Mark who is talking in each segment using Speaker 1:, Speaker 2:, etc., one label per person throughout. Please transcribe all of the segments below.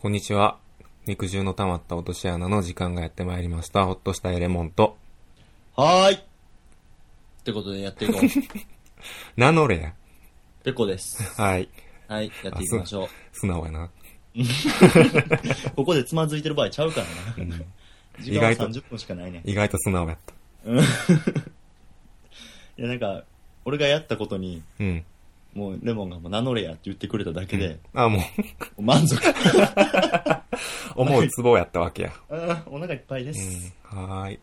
Speaker 1: こんにちは。肉汁の溜まった落とし穴の時間がやってまいりました。ほっとしたエレモンと。
Speaker 2: はーい。ってことでやっていこう。
Speaker 1: 名乗れや。
Speaker 2: ペコです。
Speaker 1: はい。
Speaker 2: はい、やっていきましょ
Speaker 1: 素直やな。
Speaker 2: う。ここでつまずいてる場合ちゃうからな。時間は
Speaker 1: 意外と
Speaker 2: 30分しかないね。
Speaker 1: 意外と素直やった。
Speaker 2: いや、なんか、俺がやったことに、
Speaker 1: うん。
Speaker 2: もうレモンがもう名乗れやって言ってくれただけで、
Speaker 1: あ、もう、
Speaker 2: 満 足。
Speaker 1: 思うツボやったわけや。
Speaker 2: あーお腹いっぱいです。
Speaker 1: うん。はーい。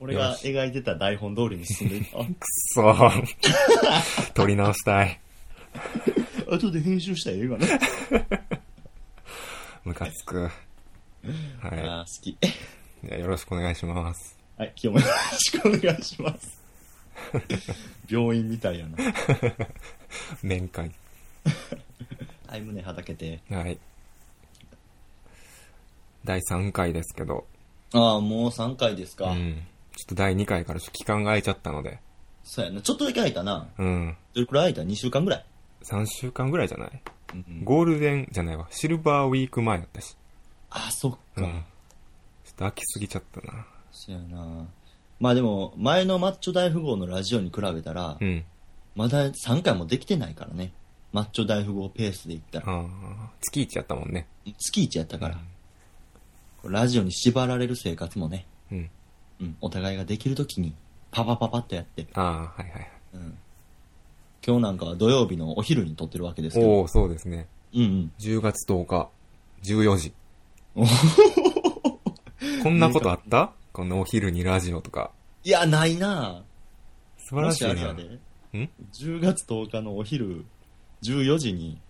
Speaker 2: 俺が描いてた台本通りに進んでいった。
Speaker 1: くそー。 撮り直したい。
Speaker 2: あ後で編集した映画ね。
Speaker 1: ムカつく。は
Speaker 2: あー好き。
Speaker 1: い。いやよろしくお願いします。
Speaker 2: はい、今日もよろしくお願いし ます。病院みたいやな。
Speaker 1: 面会。
Speaker 2: はい、胸はだけて。
Speaker 1: はい。第3回ですけど。
Speaker 2: ああ、もう3回です
Speaker 1: う
Speaker 2: か。
Speaker 1: ん。ちょっと第2回からちょっと期間が空いちゃったので。
Speaker 2: そうやな。ちょっとだけ空いたな。
Speaker 1: うん。
Speaker 2: どれくらい空いた ?2 週間ぐらい。
Speaker 1: 3週間ぐらいじゃない
Speaker 2: うん
Speaker 1: ゴールデンじゃないわ、シルバーウィーク前だったし。
Speaker 2: あ、そっか。
Speaker 1: うん。ちょっと飽きすぎちゃったな。
Speaker 2: そうやな。まあでも、前のマッチョ大富豪のラジオに比べたら、
Speaker 1: うん。
Speaker 2: まだ3回もできてないからね。マッチョ大富豪ペースでいったら。
Speaker 1: ああ、月一やったもんね。
Speaker 2: 月1やったから。ラジオに縛られる生活もね、
Speaker 1: うん。
Speaker 2: うん、お互いができるときに、パパパパッとやって、
Speaker 1: ああ、はいはい。
Speaker 2: うん。今日なんかは土曜日のお昼に撮ってるわけですけど。
Speaker 1: おおそうですね。
Speaker 2: うんうん。
Speaker 1: 10月10日、14時
Speaker 2: お。
Speaker 1: こんなことあったこのお昼にラジオとか。
Speaker 2: いや、ないな
Speaker 1: 素晴
Speaker 2: も
Speaker 1: らし
Speaker 2: しあ
Speaker 1: い
Speaker 2: れや
Speaker 1: な。
Speaker 2: で。
Speaker 1: ん
Speaker 2: ?10 月10日のお昼14時に、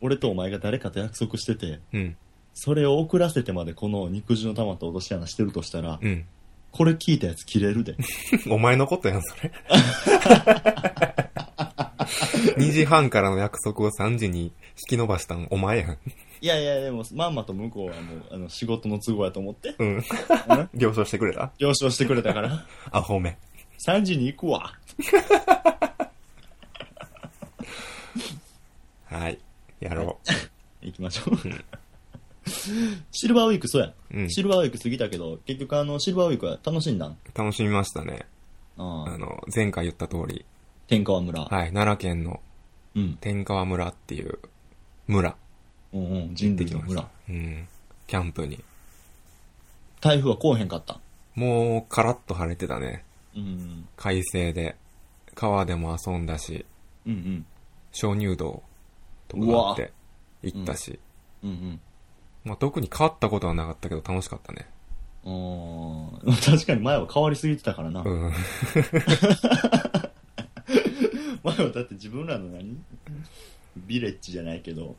Speaker 2: 俺とお前が誰かと約束してて、
Speaker 1: うん。
Speaker 2: それを遅らせてまでこの肉汁の玉と落とし穴してるとしたら、
Speaker 1: うん。
Speaker 2: これ聞いたやつ切れるで。
Speaker 1: お前のことやん、そ れ。2時半からの約束を3時に引き伸ばしたん、お前やん。
Speaker 2: いやいや、でも、まんまと向こうはもう、あの、仕事の都合やと思って、
Speaker 1: うん。了承してくれた
Speaker 2: 了承してくれた から、
Speaker 1: アホめ。
Speaker 2: 3時に行くわ。
Speaker 1: はい。やろ
Speaker 2: 行きましょう。シルバーウィーク、そうや、
Speaker 1: うん
Speaker 2: シルバーウィーク過ぎたけど、結局あの、シルバーウィークは楽しんだん。
Speaker 1: う。楽しみましたね。
Speaker 2: あ
Speaker 1: あ
Speaker 2: あ、
Speaker 1: の、前回言った通り、
Speaker 2: 天川村。
Speaker 1: はい、奈良県の
Speaker 2: うん。
Speaker 1: 天川村っていう村。
Speaker 2: うんうん、人類の村。
Speaker 1: うん。キャンプに。
Speaker 2: 台風は来おへんかった。
Speaker 1: もう、カラッと晴れてたね。
Speaker 2: うん。
Speaker 1: 快晴で。川でも遊んだし、
Speaker 2: うん
Speaker 1: 鍾乳洞とかあって行ったし。
Speaker 2: うん。うん
Speaker 1: まあ、特に変わったことはなかったけど楽しかったね。
Speaker 2: うん。あー 確かに前は変わりすぎてたからな。
Speaker 1: うん。
Speaker 2: 前はだって自分らの何ビレッジじゃないけど、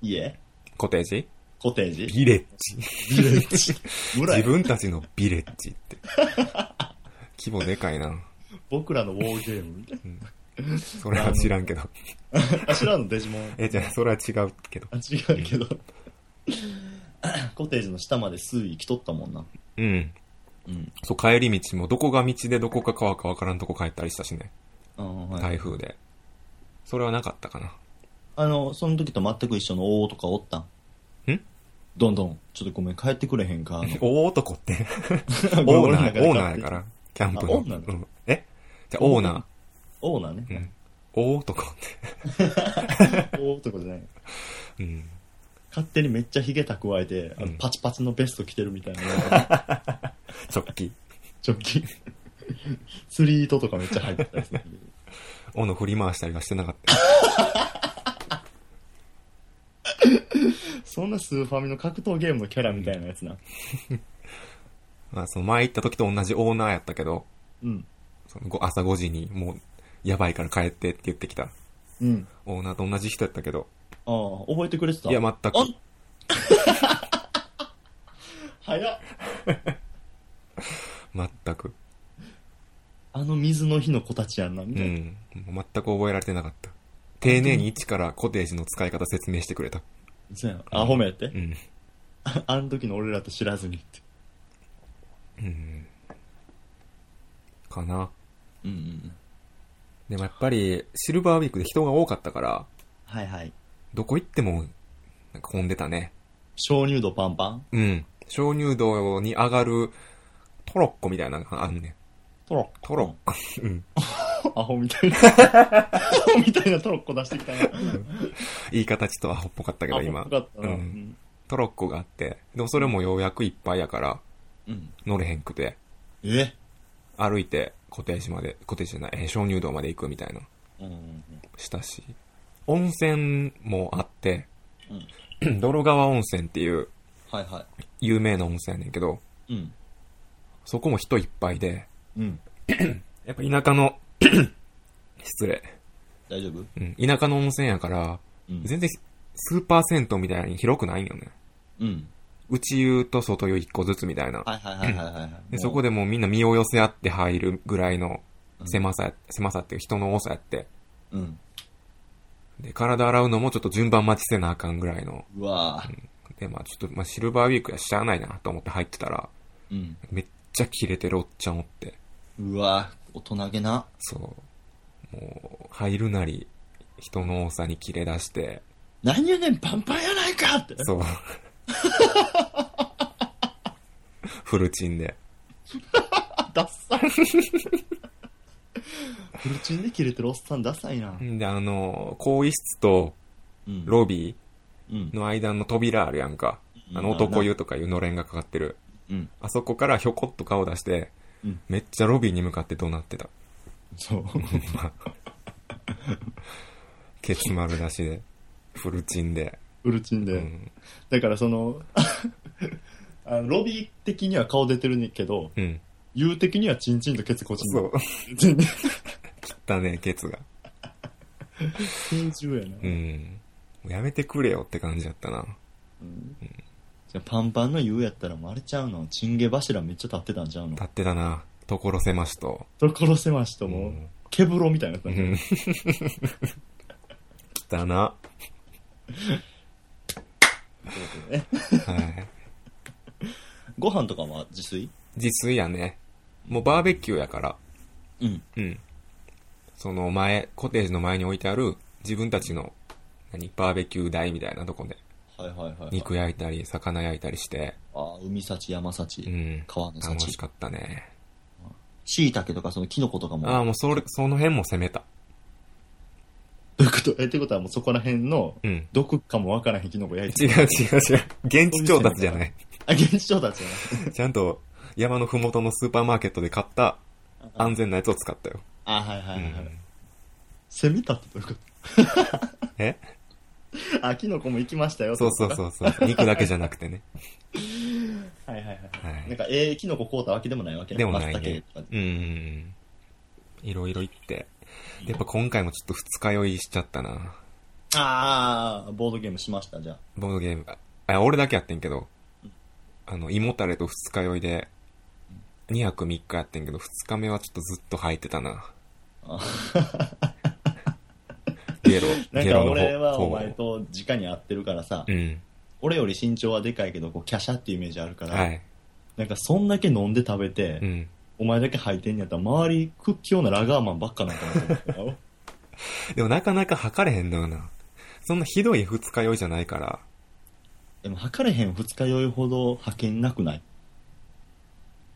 Speaker 2: 家
Speaker 1: コテージ
Speaker 2: コテージ
Speaker 1: ビレッジ。
Speaker 2: ビレッ ジ。村や
Speaker 1: 自分たちのビレッジ って。規模でかいな。
Speaker 2: 僕らのウォーゲームみたい
Speaker 1: それは知らんけど。
Speaker 2: な。あちらのデジモン。
Speaker 1: え、じゃあ、それは違うけど。
Speaker 2: あ、違うけど。 コテージの下まで水位来とったもんな。
Speaker 1: うん。
Speaker 2: うん。
Speaker 1: そう、帰り道もどこが道でどこか川かわからんとこ帰ったりしたしね。
Speaker 2: あーはい
Speaker 1: 台風で。それはなかったかな。
Speaker 2: あの、その時と全く一緒の大とかおったん
Speaker 1: ん
Speaker 2: どんどん。ちょっとごめん、帰ってくれへんか。あの
Speaker 1: 大男って。 オ
Speaker 2: オ
Speaker 1: ーナー、オーナーやか。ら。キャンプの。
Speaker 2: あオーナー
Speaker 1: うんえじゃあ、オーナ
Speaker 2: オーナー
Speaker 1: ー。う
Speaker 2: ね
Speaker 1: ん。。大男っ
Speaker 2: 大とかじゃない。
Speaker 1: て。うん。
Speaker 2: 勝手にめっちゃヒゲ蓄えて、あ
Speaker 1: う
Speaker 2: の
Speaker 1: ん
Speaker 2: パチパチのベスト着てるみたいな。
Speaker 1: 直帰。
Speaker 2: 直近。スリートとかめっちゃ入ってたりするんだ
Speaker 1: 斧振り回したりはしてなかった。
Speaker 2: けど。そんなスーファミの格闘ゲームのキャラみたいなやつな。
Speaker 1: まあ、その前行った時と同じオーナーやったけど、
Speaker 2: うん。
Speaker 1: そのご朝5時にもう、やばいから帰ってって言ってきた。
Speaker 2: うん。
Speaker 1: オーナーと同じ人やったけど。
Speaker 2: ああ、覚えてくれてた
Speaker 1: いや、全く
Speaker 2: あ。ん早っ。
Speaker 1: 全く。
Speaker 2: あの水の日の子たちやんな、み
Speaker 1: う
Speaker 2: たいな。
Speaker 1: ん。もう全く覚えられてなかった。丁寧に一からコテージの使い方説明してくれた。
Speaker 2: そうやん。あ、褒めて
Speaker 1: う。ん。
Speaker 2: あの時の俺らと知らずにって。
Speaker 1: うん。かな。
Speaker 2: うんうん。
Speaker 1: でもやっぱり、シルバーウィークで人が多かったから、
Speaker 2: はいはい。
Speaker 1: どこ行っても、なんか混んでたね。
Speaker 2: 鍾乳度パンパン
Speaker 1: うん。鍾乳洞に上がるトロッコみたいなのがあんねん。
Speaker 2: トロッコ。
Speaker 1: トロッコ。うん。
Speaker 2: アホみたいな。 アホみたいなトロッコ出してきたな。
Speaker 1: いい形とアホっぽかったけど、
Speaker 2: ア
Speaker 1: 今
Speaker 2: ホ。よかったな。
Speaker 1: う
Speaker 2: うんん。
Speaker 1: トロッコがあって、でもそれもようやくいっぱいやから、
Speaker 2: うん。
Speaker 1: 乗れへんくて、
Speaker 2: え
Speaker 1: 歩いてコテージまで、コテージじゃない、えー鍾乳洞まで行くみたいな、
Speaker 2: うんうん
Speaker 1: したし。温泉もあって、
Speaker 2: うん。うん。
Speaker 1: 泥川温泉っていう
Speaker 2: はいは
Speaker 1: 有名な温泉やねんけど、
Speaker 2: い。うん。
Speaker 1: そこも人いっぱいで、
Speaker 2: うん。
Speaker 1: やっぱ田舎の、 失礼。
Speaker 2: 大丈夫
Speaker 1: うん、田舎の温泉やから、
Speaker 2: うん。
Speaker 1: 全然スーパー銭湯みたいに広くないんよね。
Speaker 2: うん。
Speaker 1: 内湯と外湯一個ずつみたいな。
Speaker 2: はいはいはいはいはい。
Speaker 1: でそこでもうみんな身を寄せ合って入るぐらいの狭さや、狭さっていう人の多さやって。
Speaker 2: もう。うん。
Speaker 1: で、体洗うのもちょっと順番待ちせなあかんぐらいの。
Speaker 2: うわぁ。
Speaker 1: で、まあちょっと、まあシルバーウィークやしゃあないなと思って入ってたら、
Speaker 2: うん。
Speaker 1: めっちゃキレてるおっちゃんおって。
Speaker 2: うわぁ。大人げな。
Speaker 1: そう。もう、入るなり、人の多さにキレ出して、
Speaker 2: 何やねん、パンパンやないかって。
Speaker 1: そう。 フルチンで。
Speaker 2: ダッサい。フルチンで切れてるおっさんダサいな。
Speaker 1: で、あの、更衣室と
Speaker 2: うん。
Speaker 1: ロビ
Speaker 2: うん
Speaker 1: ー。の間の扉あるやんか。あの、
Speaker 2: うん
Speaker 1: 男湯とかいうのれんがかかってる。
Speaker 2: うん。
Speaker 1: あそこからひょこっと顔出して
Speaker 2: うん、
Speaker 1: めっちゃロビーに向かって怒鳴ってた。
Speaker 2: そう。
Speaker 1: ケツ丸出しで。フルチンで。
Speaker 2: フルチンで。
Speaker 1: うん。
Speaker 2: だからその、 あのロビー的には顔出てるねんけど、
Speaker 1: うん。
Speaker 2: 言う的にはチンチンとケツこっちに。
Speaker 1: そう。。
Speaker 2: 全然、
Speaker 1: だね、ケツが。
Speaker 2: 珍獣やな。
Speaker 1: うん。もうやめてくれよって感じやったな。
Speaker 2: うんじゃあパンパンの言うやったらもうあれちゃうのチンゲ柱めっちゃ立ってたんちゃうの
Speaker 1: 立ってたな。所狭しと。
Speaker 2: と殺せましともう、
Speaker 1: うん
Speaker 2: ケブロみたいな感じ。
Speaker 1: うん。きたな。はい。
Speaker 2: ご飯とかは自炊
Speaker 1: 自炊やね。もうバーベキューやから。
Speaker 2: うん。
Speaker 1: うん。その前、コテージの前に置いてある自分たちの、何、バーベキュー台みたいなとこで、
Speaker 2: はいはいはい、はい。
Speaker 1: 肉焼いたり、魚焼いたりして、
Speaker 2: ああ、海幸、山幸、
Speaker 1: うん。
Speaker 2: 川の
Speaker 1: 楽し
Speaker 2: 幸。
Speaker 1: かったね。
Speaker 2: 椎茸とかそのキノコとかも。
Speaker 1: ああ、もうそれ、その辺も攻めた。
Speaker 2: どういうことえ、ってことはもうそこら辺の、
Speaker 1: うん。
Speaker 2: 毒かもわからへんキノコ焼いて。
Speaker 1: 違う違う違う。現地調達じゃない。
Speaker 2: あ、現地調達やな。
Speaker 1: ちゃんと山のふもとのスーパーマーケットで買った安全なやつを使ったよ。
Speaker 2: あ、はいは
Speaker 1: う
Speaker 2: いはい。
Speaker 1: ん、
Speaker 2: 攻めたってどういうこ
Speaker 1: え
Speaker 2: とあ、キノコも行きましたよ。
Speaker 1: そうそう
Speaker 2: う。
Speaker 1: そうそう。肉だけじゃなくてね。
Speaker 2: はいはいはい。
Speaker 1: は
Speaker 2: なん
Speaker 1: い。
Speaker 2: か、ええキノコ買うたわけでもないわけね。
Speaker 1: でもないね
Speaker 2: 松茸と。か
Speaker 1: うんうんうん。いろいろ行って。でやっぱ今回もちょっと二日酔いしちゃったな。
Speaker 2: ああ、ボードゲームしました、じゃあ。
Speaker 1: ボードゲーム。あ、俺だけやってんけど。あの、胃もたれと二日酔いで、2泊3日やってんけど、2日目はちょっとずっと吐いてたな。ゲロ、
Speaker 2: なん
Speaker 1: ゲ
Speaker 2: か
Speaker 1: ロの
Speaker 2: 俺はお前
Speaker 1: 方。
Speaker 2: と直に会ってるからさ、
Speaker 1: うん。
Speaker 2: 俺より身長はでかいけど、こう、キャシャっていうイメージあるから、
Speaker 1: はい。
Speaker 2: なんかそんだけ飲んで食べて、
Speaker 1: うん。
Speaker 2: お前だけ履いてんやったら、周り屈強なラガーマンばっかなんかなと思ったよ
Speaker 1: でもなかなか吐かれへんのよな。そんなひどい二日酔いじゃないから。
Speaker 2: でも、測れへん二日酔いほど履けなくない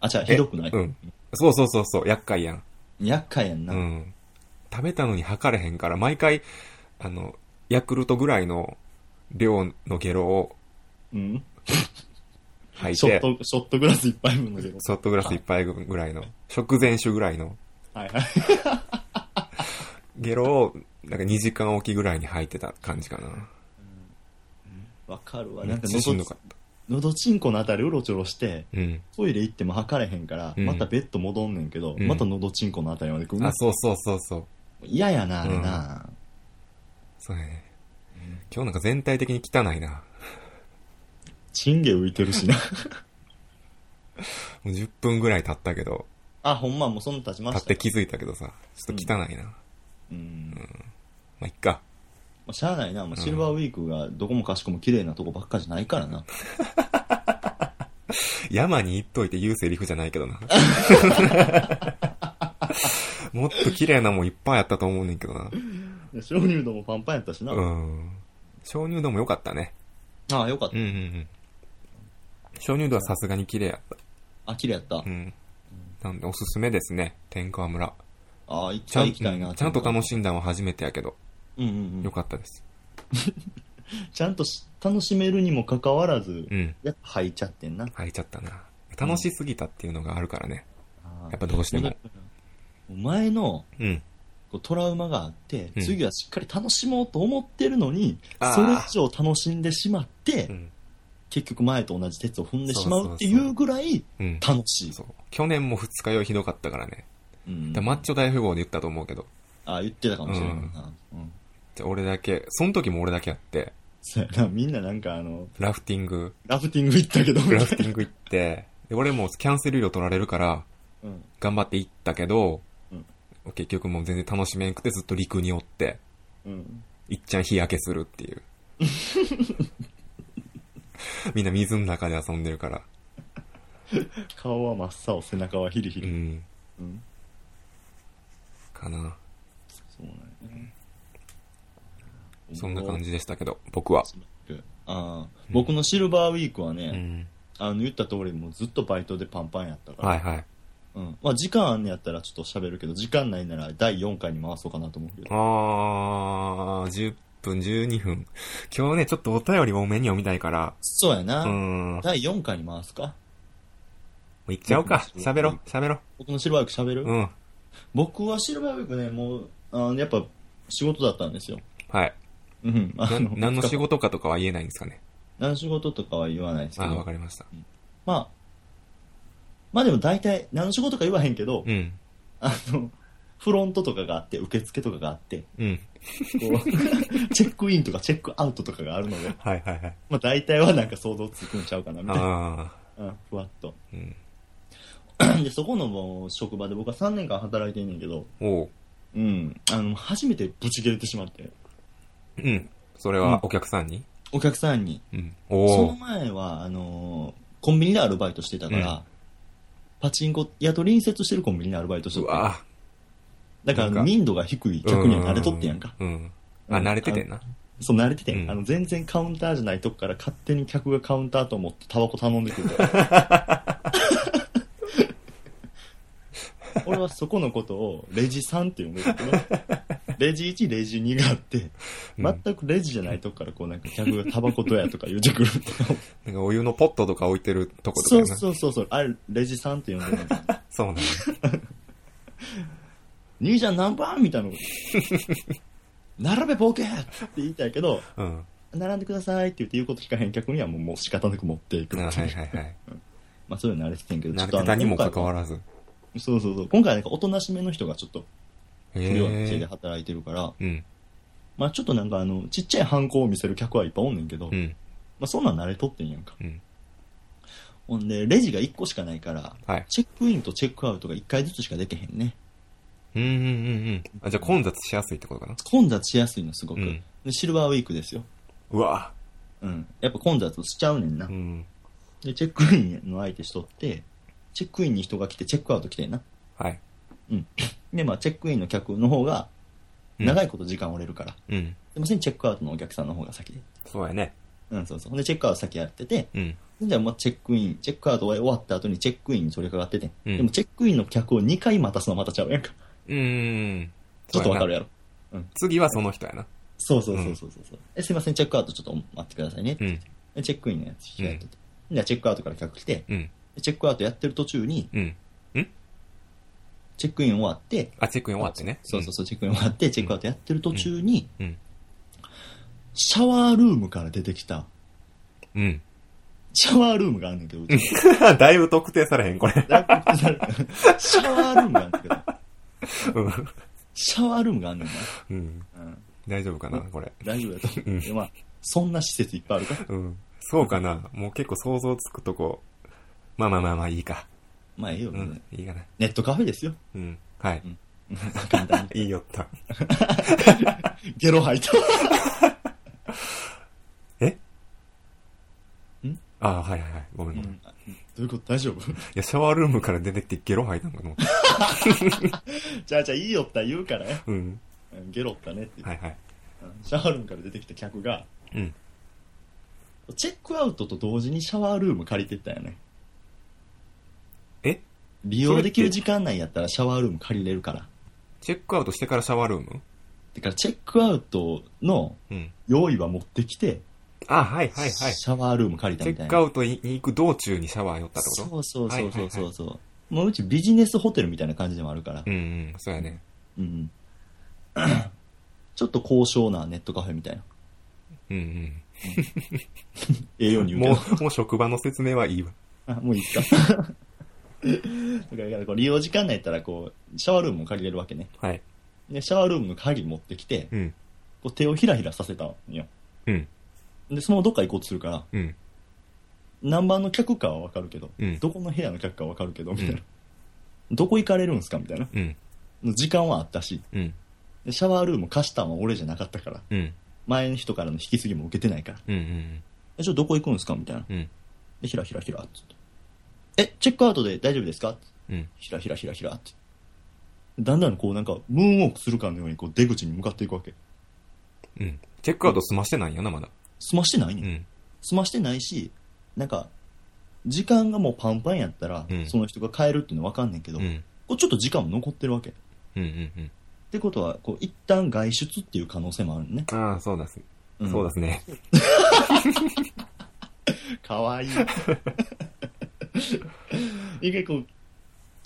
Speaker 2: あ、じゃあ、ひどくない、
Speaker 1: うん。そうそうそうそう、厄介やん。
Speaker 2: 厄介やんな。
Speaker 1: うん。食べたのに吐かれへんから、毎回、あの、ヤクルトぐらいの量のゲロを
Speaker 2: うん
Speaker 1: 吐い
Speaker 2: ショ
Speaker 1: て、
Speaker 2: ット、ショットグラスいっぱい飲んだけど。
Speaker 1: ソフトグラス一杯分ぐらいの、食前酒ぐらいの
Speaker 2: はいはい。
Speaker 1: ゲロを、なんか2時間おきぐらいに吐いてた感じかな。
Speaker 2: わかるわ。
Speaker 1: め
Speaker 2: な
Speaker 1: っ
Speaker 2: んか
Speaker 1: ちゃしんど
Speaker 2: 喉
Speaker 1: か、った。
Speaker 2: 喉チンコのあたりうろちょろして、
Speaker 1: うん。
Speaker 2: トイレ行っても測れへんから、
Speaker 1: うん
Speaker 2: またベッド戻んねんけど、
Speaker 1: うん
Speaker 2: また喉チンコのあたりまで来る
Speaker 1: あ、そうそうそうそう。
Speaker 2: 嫌やな、あれな。
Speaker 1: そうやね。今日なんか全体的に汚いな。
Speaker 2: チンゲ浮いて るしな。
Speaker 1: もう10分ぐらい経ったけど、
Speaker 2: あ、ほんま、もうそんな経ちま
Speaker 1: 経
Speaker 2: し
Speaker 1: ったて
Speaker 2: よ。
Speaker 1: 気づいたけどさ、ちょっと汚いな。ま
Speaker 2: うん。
Speaker 1: あ、いっか。
Speaker 2: まあ、しゃあないな、もうシルバーウィークがどこもかしこも綺麗なとこばっかじゃないからな。
Speaker 1: 山に行っといて言うセリフじゃないけど な。もっと綺麗なもんいっぱいあったと思うねんけどな。
Speaker 2: 鍾乳洞もパンパンやったしな。
Speaker 1: うん。鍾乳洞も良かったね。
Speaker 2: ああ、よかった
Speaker 1: うん。うんうん。鍾乳洞はさすがに綺麗やった。
Speaker 2: あ、綺麗やった。
Speaker 1: うん。なんで、おすすめですね、天川村。
Speaker 2: ああ、行き
Speaker 1: ち
Speaker 2: た
Speaker 1: ゃ
Speaker 2: い
Speaker 1: ん
Speaker 2: 行きたいな。
Speaker 1: ちゃんと楽しんだのは初めてやけど、
Speaker 2: うんうんう
Speaker 1: よ
Speaker 2: ん。
Speaker 1: かったです。
Speaker 2: ちゃんとし楽しめるにもかかわらず、
Speaker 1: うん。
Speaker 2: やっぱ吐いちゃってんな。
Speaker 1: 入っちゃったな。楽しすぎたっていうのがあるからね。
Speaker 2: ああ
Speaker 1: やっぱどうしても。
Speaker 2: お前の
Speaker 1: うん。
Speaker 2: こうトラウマがあって、
Speaker 1: うん
Speaker 2: 次はしっかり楽しもうと思ってるのに、
Speaker 1: ああ
Speaker 2: それ以上楽しんでしまって、
Speaker 1: うん。
Speaker 2: 結局前と同じ鉄を踏んでしまうっ
Speaker 1: そ
Speaker 2: て
Speaker 1: う
Speaker 2: い
Speaker 1: そうそう
Speaker 2: うぐらい
Speaker 1: うん。
Speaker 2: 楽しい。
Speaker 1: そう。去年も二日酔いひどかったからね。
Speaker 2: うん
Speaker 1: だからマッチョ大富豪で言ったと思うけど。
Speaker 2: ああ、言ってたかもしれないな。うん。
Speaker 1: じゃあ俺だけ、その時も俺だけやって、
Speaker 2: そうやな、みんななんかあの、
Speaker 1: ラフティング、
Speaker 2: ラフティング行ったけど、
Speaker 1: ラフティング行って、で俺もキャンセル料取られるから、
Speaker 2: うん。
Speaker 1: 頑張って行ったけど、
Speaker 2: うん
Speaker 1: 結局もう全然楽しめんくてずっと陸におって、
Speaker 2: うん。
Speaker 1: いっちゃん日焼けするって いう。みんな水の中で遊んでるから。
Speaker 2: 顔は真っ青、背中はヒリヒ
Speaker 1: う
Speaker 2: リ。
Speaker 1: ん。
Speaker 2: うん。
Speaker 1: かな。
Speaker 2: そうなんやね。
Speaker 1: そんな感じでしたけど、僕は。
Speaker 2: ああ、僕のシルバーウィークは
Speaker 1: う
Speaker 2: ね、
Speaker 1: ん。
Speaker 2: あの、言った通り、もうずっとバイトでパンパンやったから。
Speaker 1: はいはい。
Speaker 2: うん。まあ、時間あんねやったらちょっと喋るけど、時間ないなら第4回に回そうかなと思うけど。
Speaker 1: あー、10分、12分。今日ね、ちょっとお便り多めに読みたいから、
Speaker 2: そうや
Speaker 1: う
Speaker 2: な。
Speaker 1: ん。も
Speaker 2: 第4回に回すか
Speaker 1: う行っちゃおうか。
Speaker 2: 僕も
Speaker 1: 喋ろ、喋ろ。
Speaker 2: 僕のシルバーウィーク喋る、
Speaker 1: うん。
Speaker 2: 僕はシルバーウィークね、もう、あのやっぱ仕事だったんですよ。
Speaker 1: はい。
Speaker 2: うん。 あ
Speaker 1: な
Speaker 2: の
Speaker 1: 何の仕事かとかは言えないんですかね。
Speaker 2: 何の仕事とかは言わないですけ
Speaker 1: あー、わ
Speaker 2: ど。
Speaker 1: かりました。
Speaker 2: まあ、まあでも大体、何の仕事か言わへんけど、
Speaker 1: うん。
Speaker 2: あの、フロントとかがあって、受付とかがあって、こ
Speaker 1: うん。
Speaker 2: うチェックインとかチェックアウトとかがあるので、
Speaker 1: はいはいはい。
Speaker 2: まあ大体はなんか想像つくんちゃうかな、みたいな。
Speaker 1: あ
Speaker 2: うん、ふわっと。
Speaker 1: ー。うん。
Speaker 2: で、そこのもう職場で僕は3年間働いてんねんけど、
Speaker 1: おう。
Speaker 2: うん、あの、初めてブチ切れてしまって、
Speaker 1: うん。それ
Speaker 2: うん
Speaker 1: はお客さんに
Speaker 2: お客さんに。
Speaker 1: うん。
Speaker 2: そ
Speaker 1: お
Speaker 2: の
Speaker 1: お。
Speaker 2: 前は、あのーコンビニでアルバイトしてたから、
Speaker 1: うん
Speaker 2: パチンコ屋と隣接してるコンビニでアルバイトし
Speaker 1: う
Speaker 2: て
Speaker 1: わ
Speaker 2: た。
Speaker 1: ぁ。
Speaker 2: だか
Speaker 1: なん
Speaker 2: ら
Speaker 1: か
Speaker 2: 民度が低い客には慣れとってんやんか。
Speaker 1: う。うん。あ、
Speaker 2: うん
Speaker 1: 慣れててんな。
Speaker 2: そう、慣れてて、
Speaker 1: うん
Speaker 2: ん、あの、全然カウンターじゃないとこから勝手に客がカウンターと思ってタバコ頼んでく るから。俺はそこのことをレジ3って呼んでるけど、レジ1、レジ2があって、
Speaker 1: うん
Speaker 2: 全くレジじゃないとこからこうなんか客がタバコどやとか言うてくる。
Speaker 1: なんかお湯のポットとか置いてるとことか
Speaker 2: そ
Speaker 1: や
Speaker 2: う
Speaker 1: な。
Speaker 2: そうそうそう、あれレジ3って呼んでるんだけど。
Speaker 1: そうなんだ。
Speaker 2: 兄ちゃん何番みたいなこと。並べボケって言いたいけど、
Speaker 1: うん。
Speaker 2: 並んでくださいって言って言うこと聞かへん客にはもうもう仕方なく持っていく
Speaker 1: あ
Speaker 2: っていう。
Speaker 1: はいはいはい。
Speaker 2: まあそういうの慣れててんけど、
Speaker 1: 慣れてたにもかかわ
Speaker 2: ら
Speaker 1: らず。
Speaker 2: ず。そうそうそう。今回はなんかおとなしめの人がちょっと、
Speaker 1: へ
Speaker 2: 不良の店で
Speaker 1: え。
Speaker 2: 働いてるから、
Speaker 1: うん。
Speaker 2: まあちょっとなんかあの、ちっちゃい犯行を見せる客はいっぱいおんねんけど、
Speaker 1: う
Speaker 2: ま
Speaker 1: ん。
Speaker 2: あそんなん慣れとってんやんか。
Speaker 1: うん。
Speaker 2: ほんで、レジが1個しかないから、
Speaker 1: はい。
Speaker 2: チェックインとチェックアウトが1回ずつしかできへんね。
Speaker 1: うんうんうんうん。あ、じゃあ混雑しやすいってことかな
Speaker 2: 混雑しやすいのすごく。
Speaker 1: うん
Speaker 2: でシルバーウィークですよ。
Speaker 1: うわ
Speaker 2: うん。やっぱ混雑しちゃうねんな。
Speaker 1: ぁ。うん。
Speaker 2: で、チェックインの相手しとって、チェックインに人が来てチェックアウト来てんな。
Speaker 1: はい。
Speaker 2: で、まあチェックインの客の方が、
Speaker 1: うん
Speaker 2: 長いこと時間折れるから。
Speaker 1: うん。
Speaker 2: すいません、チェックアウトのお客さんの方が先で。
Speaker 1: そうやね。
Speaker 2: うん、そうそう。ほんで、チェックアウト先やってて、
Speaker 1: うん。
Speaker 2: じゃあもうチェックイン、チェックアウト終わった後にチェックインに取り掛かってて、
Speaker 1: うん
Speaker 2: でもチェックインの客を2回待たすのはまたちゃうや んか。
Speaker 1: うーん。
Speaker 2: ちょっとわかる
Speaker 1: やな。
Speaker 2: やろ。
Speaker 1: 次はその人やな。
Speaker 2: そうそうそうそうそう、え。すいません、チェックアウトちょっと待ってくださいね。
Speaker 1: うん。
Speaker 2: でチェックインのやつしてやってて。じゃあチェックアウトから客来て、
Speaker 1: うん。
Speaker 2: でチェックアウトやってる途中に、
Speaker 1: うん。
Speaker 2: チェックイン終わって、
Speaker 1: あ、チェックイン終わってね。
Speaker 2: そうそうそう、チェックイン終わって、チェックアウトやってる途中に、
Speaker 1: うん。
Speaker 2: シャワールームから出てきた、
Speaker 1: うん。
Speaker 2: シャワールームがあんねんけど、うちに
Speaker 1: だいぶ特定されへん、これ。
Speaker 2: だいぶ特殊なシャワールームがあんねんけど、
Speaker 1: うん
Speaker 2: シャワールームがあんねん
Speaker 1: うん。
Speaker 2: な。うん
Speaker 1: 大丈夫かな、これ。
Speaker 2: 大丈夫だと
Speaker 1: う
Speaker 2: 思
Speaker 1: ん
Speaker 2: う。でまあ、そんな施設いっぱいあるから。
Speaker 1: うん。そうかなもう結構想像つくとこ。まあまあまあまあいいか。
Speaker 2: まあ、ええよ、
Speaker 1: う
Speaker 2: ね
Speaker 1: ん。いいかな。
Speaker 2: ネットカフェですよ。
Speaker 1: うん。はい。
Speaker 2: 簡単
Speaker 1: いいよった。
Speaker 2: に。ゲロ吐いた。
Speaker 1: ああ、はいはいはい。ごめんごめん。い
Speaker 2: どういうこと大丈夫
Speaker 1: や、シャワールームから出てってゲロ吐いたんかと思った。
Speaker 2: じゃあ、じゃあ、いいよった言うからね。
Speaker 1: うん。
Speaker 2: うんゲロったねって言
Speaker 1: は
Speaker 2: っ
Speaker 1: いはい。
Speaker 2: て、うんシャワールームから出てきた客が、
Speaker 1: うん。
Speaker 2: チェックアウトと同時にシャワールーム借りてったよね
Speaker 1: え
Speaker 2: 利用できる時間内やったらシャワールーム借りれるから
Speaker 1: チェックアウトしてからシャワールーム
Speaker 2: だからチェックアウトの
Speaker 1: うん。
Speaker 2: 用意は持ってきて、
Speaker 1: あ、はいはいはい。チ
Speaker 2: シャワールーム借りた
Speaker 1: ェ
Speaker 2: みた
Speaker 1: ッ
Speaker 2: い
Speaker 1: クア
Speaker 2: な
Speaker 1: ウトに行く道中にシャワー寄ったってこと
Speaker 2: そうそうそうそう
Speaker 1: はい
Speaker 2: そ
Speaker 1: は
Speaker 2: うそう、もううちビジネスホテルみたいな感じでもあるから
Speaker 1: うんうん、そうやね。
Speaker 2: うん、 ちょっと高尚なネットカフェみたいな
Speaker 1: うん
Speaker 2: 栄養に
Speaker 1: うん。
Speaker 2: 言う
Speaker 1: も
Speaker 2: けど
Speaker 1: う、もう職場の説明はいいわ。
Speaker 2: あ もういいっすかだからだからこう利用時間内やったらこうシャワールームも借りれるわけね
Speaker 1: はい。
Speaker 2: でシャワールームの鍵持ってきて
Speaker 1: うん。
Speaker 2: こう手をひらひらさせたんよ
Speaker 1: うん。
Speaker 2: でそのままどっか行こうとするから
Speaker 1: うん。
Speaker 2: 何番の客かは分かるけど、
Speaker 1: うん
Speaker 2: どこの部屋の客かは分かるけどみたいな、どこ行かれるんすかみたいな
Speaker 1: うん。
Speaker 2: 時間はあったし
Speaker 1: うん。
Speaker 2: でシャワールーム貸したんは俺じゃなかったから
Speaker 1: うん。
Speaker 2: 前の人からの引き継ぎも受けてないから
Speaker 1: うん。うん。
Speaker 2: えちょっとどこ行くんすかみたいな
Speaker 1: うん。
Speaker 2: でひらひらひらっつってえチェックアウトで大丈夫ですか
Speaker 1: うん。
Speaker 2: ひらひらひらひらってだんだんこうなんかムーンウォークするかのようにこう出口に向かっていくわけ
Speaker 1: うん。チェックアウト済ましてないんやな、まだ。
Speaker 2: 済ましてないね
Speaker 1: うんん。
Speaker 2: 済ましてないしなんか時間がもうパンパンやったら、
Speaker 1: うん
Speaker 2: その人が帰るっていうの分かんねんけど、
Speaker 1: うん。
Speaker 2: こうちょっと時間も残ってるわけっ
Speaker 1: うん。うん。
Speaker 2: てことはこう一旦外出っていう可能性もあるね、
Speaker 1: うん。ああ、そうだす。
Speaker 2: ん
Speaker 1: そうだすね。
Speaker 2: かわいい 一回こう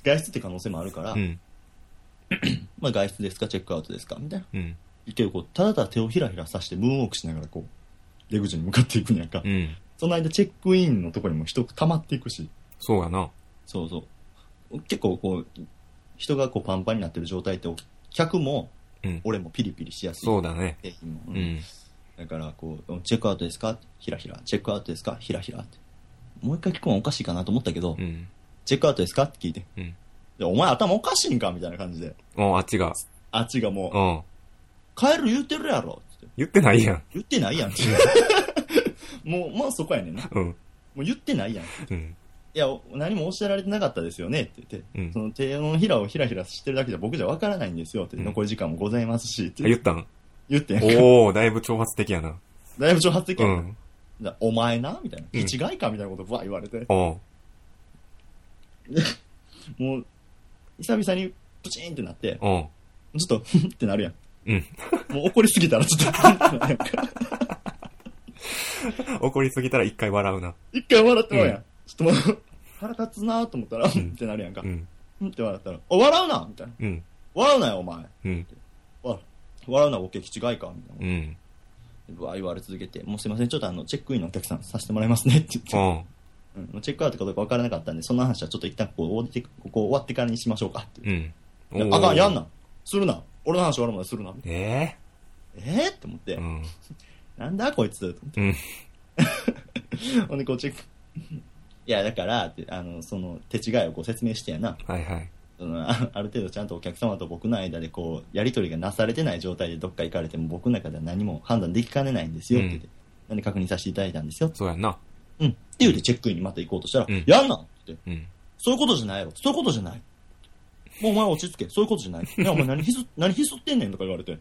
Speaker 2: 外出って可能性もあるから、
Speaker 1: うん。
Speaker 2: まあ、外出ですかチェックアウトですかみたいな
Speaker 1: うん。
Speaker 2: 一回こうただただ手をひらひらさしてムーンウォークしながらこう出口に向かっていくんやんか、
Speaker 1: うん。
Speaker 2: その間チェックインのとこにも人溜まっていくし
Speaker 1: そうやな。
Speaker 2: そうそう結構こう人がこうパンパンになってる状態って客も
Speaker 1: うん。
Speaker 2: 俺もピリピリしやすい
Speaker 1: そうだね。
Speaker 2: 景品も、
Speaker 1: う
Speaker 2: う
Speaker 1: んん。
Speaker 2: だからこうチェックアウトですかひらひらチェックアウトですかひらひらってもう一回聞くのはおかしいかなと思ったけど、
Speaker 1: うん。
Speaker 2: チェックアウトですかって聞いて
Speaker 1: うん。
Speaker 2: いやお前頭おかしいんかみたいな感じで
Speaker 1: おあっちが。
Speaker 2: あっちがもう
Speaker 1: うん。
Speaker 2: 帰る言うてるやろって
Speaker 1: 言ってないやん。
Speaker 2: 言ってないやん ってもうまあそこやねんな
Speaker 1: うん。
Speaker 2: もう言ってないやんい
Speaker 1: うん。
Speaker 2: やお何もおっしゃられてなかったですよねって言って、
Speaker 1: うん
Speaker 2: その手のひらをひらひらしてるだけじゃ僕じゃわからないんですよって、
Speaker 1: うん
Speaker 2: 残り時間もございますしっ
Speaker 1: あ
Speaker 2: て
Speaker 1: 言ったん
Speaker 2: 言ってん
Speaker 1: おー、だいぶ挑発的やな。
Speaker 2: だいぶ挑発的
Speaker 1: う
Speaker 2: やん、
Speaker 1: ん。
Speaker 2: だお前なみたいな。
Speaker 1: うん
Speaker 2: 一概かみたいなことば言われて。
Speaker 1: おう
Speaker 2: もう、久々にプチーンってなって、
Speaker 1: おう
Speaker 2: ちょっと、 ふんってなるやん。
Speaker 1: うん。
Speaker 2: もう怒りすぎたらちょっと ふんってなるやんか、
Speaker 1: 怒りすぎたら一回笑うな。
Speaker 2: 一回笑ってもうやん。
Speaker 1: う
Speaker 2: ちょっともう、腹立つなーと思ったら、ふんってなるやんか。
Speaker 1: う
Speaker 2: ふん
Speaker 1: ん。
Speaker 2: って笑ったら、お、笑うなみたいな。
Speaker 1: うん。
Speaker 2: 笑うなよ、お前。
Speaker 1: うん。
Speaker 2: 笑笑うな、ボケ、気違いかみたいな
Speaker 1: う。ん。
Speaker 2: うわ言われ続けて、もうすいません、ちょっとあの、チェックインのお客さんさせてもらいますねって言って、
Speaker 1: おう
Speaker 2: うん、チェックアウトかどうかわからなかったんで、その話はちょっと一旦ここ終わって、ここ終わってからにしましょうかって。
Speaker 1: うん。
Speaker 2: いや
Speaker 1: おう
Speaker 2: あかん、やんな。するな。俺の話終わるまでするな。
Speaker 1: え
Speaker 2: えー、って思って、
Speaker 1: えうん。
Speaker 2: なんだこいつ。
Speaker 1: うん。
Speaker 2: ほんで、こうチェック。いや、だから、ってあの、その、手違いをこう説明してやな。
Speaker 1: はいはい。
Speaker 2: そのあ ある程度ちゃんとお客様と僕の間でこう、やりとりがなされてない状態でどっか行かれても僕の中では何も判断できかねないんですよって言って、なんで確認させていただいたんですよ。
Speaker 1: そうやんな。
Speaker 2: うん。って言うてチェックインにまた行こうとしたら、
Speaker 1: うん
Speaker 2: やんなって。
Speaker 1: うん。
Speaker 2: そういうことじゃないよ。そういうことじゃない。もうお前落ち着け。そういうことじゃない。いや、お前何ひす、何ひすってんねんとか言われて。